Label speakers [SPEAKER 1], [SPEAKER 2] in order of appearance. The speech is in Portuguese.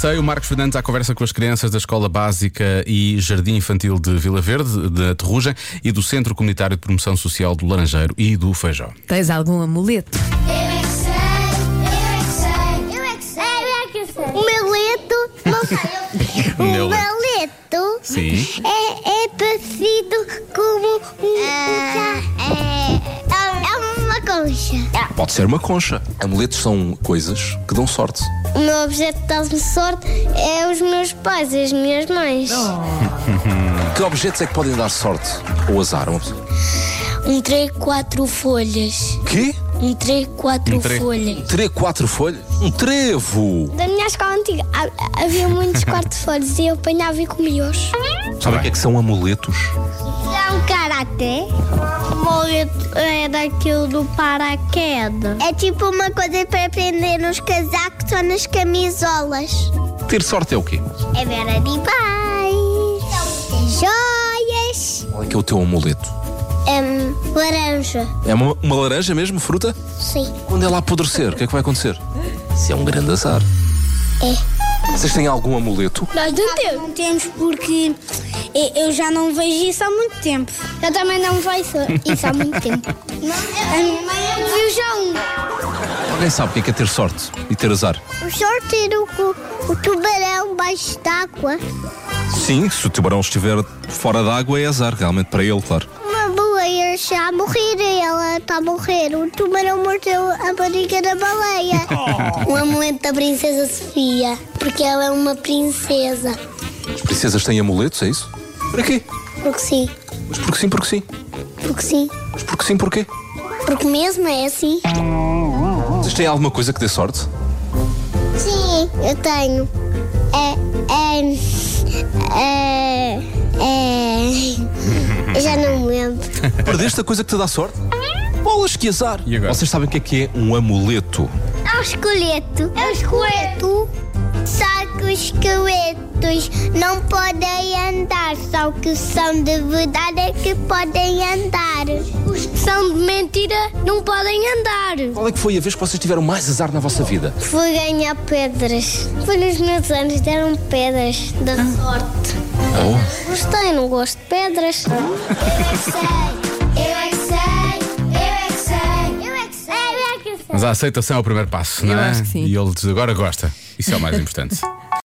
[SPEAKER 1] Sei, o Marcos Fernandes à conversa com as crianças da Escola Básica e Jardim Infantil de Vila Verde, da Terrugem, e do Centro Comunitário de Promoção Social do Laranjeiro e do Feijó.
[SPEAKER 2] Tens algum amuleto?
[SPEAKER 3] Eu é que sei, eu é que sei, eu é que sei, eu é que sei. O meu leto, não sei.
[SPEAKER 1] O meu
[SPEAKER 3] o meu leto
[SPEAKER 1] Sim.
[SPEAKER 3] é, é parecido como um. é, uma concha.
[SPEAKER 4] Pode ser uma concha. Amuletos são coisas que dão sorte.
[SPEAKER 3] O meu objeto de dá-me sorte é os meus pais e as minhas mães.
[SPEAKER 1] Oh.
[SPEAKER 4] Que objetos é que podem dar sorte? Ou azar? Uma pessoa.
[SPEAKER 3] Um três, quatro folhas.
[SPEAKER 4] Quê?
[SPEAKER 3] Um três, quatro
[SPEAKER 1] Um tre-
[SPEAKER 3] folhas.
[SPEAKER 4] Três, quatro folhas? Um trevo!
[SPEAKER 3] Da minha escola antiga ha- havia muitos quatro folhas e eu apanhava e comia-os.
[SPEAKER 4] Sabe o que é que são amuletos?
[SPEAKER 3] É um karaté? Molho é daquilo do paraquedas. É tipo uma coisa para prender nos casacos ou nas camisolas.
[SPEAKER 4] Ter sorte é o quê?
[SPEAKER 3] É ver animais. São joias.
[SPEAKER 4] Qual é que é o teu amuleto?
[SPEAKER 3] Hum, laranja.
[SPEAKER 4] É uma, uma laranja mesmo, fruta?
[SPEAKER 3] Sim.
[SPEAKER 4] Quando ela apodrecer, o que é que vai acontecer? Isso é um grande azar. É. Vocês têm algum amuleto?
[SPEAKER 3] Nós não temos. Não temos porque eh, eu já não vejo isso há muito tempo. Eu também não vejo isso há muito tempo. a minha mãe viu já um.
[SPEAKER 4] Alguém sabe o que é que é ter sorte e ter azar?
[SPEAKER 3] O senhor tirou o, o tubarão baixo d'água.
[SPEAKER 4] Sim, se o tubarão estiver fora d'água é azar, realmente, para ele, claro.
[SPEAKER 3] Uma baleia está a morrer, ela está a morrer. O tubarão mordeu a barriga da baleia. o amuleto da princesa Sofia, porque ela é uma princesa.
[SPEAKER 4] As princesas têm amuletos, é isso? Para quê?
[SPEAKER 3] Porque sim,
[SPEAKER 4] Mas porque sim, porque sim.
[SPEAKER 3] porque sim,
[SPEAKER 4] Mas porque sim, porquê?
[SPEAKER 3] porque mesmo é assim.
[SPEAKER 4] Vocês têm alguma coisa que dê sorte?
[SPEAKER 3] Sim, eu tenho. É. É. É. é eu já não me lembro.
[SPEAKER 4] Perdeste a coisa que te dá sorte? Bolas, que azar!
[SPEAKER 1] E agora?
[SPEAKER 4] Vocês sabem o que é que é um amuleto?
[SPEAKER 3] É um esqueleto. É um esqueleto. Só que os esqueletos não podem andar, só que os que são de verdade é que podem andar. Os que são de mentira não podem andar.
[SPEAKER 4] Qual é que foi a vez que vocês tiveram mais azar na vossa vida?
[SPEAKER 3] Fui ganhar pedras. Foi nos meus anos, deram pedras da sorte. Gostei, não gosto de pedras. é Eu é que sei, eu é que sei, eu é que sei, eu é que sei.
[SPEAKER 1] Mas a aceitação é o primeiro passo,
[SPEAKER 2] Eu
[SPEAKER 1] não é?
[SPEAKER 2] acho que sim.
[SPEAKER 1] E ele agora gosta. Isso é o mais importante.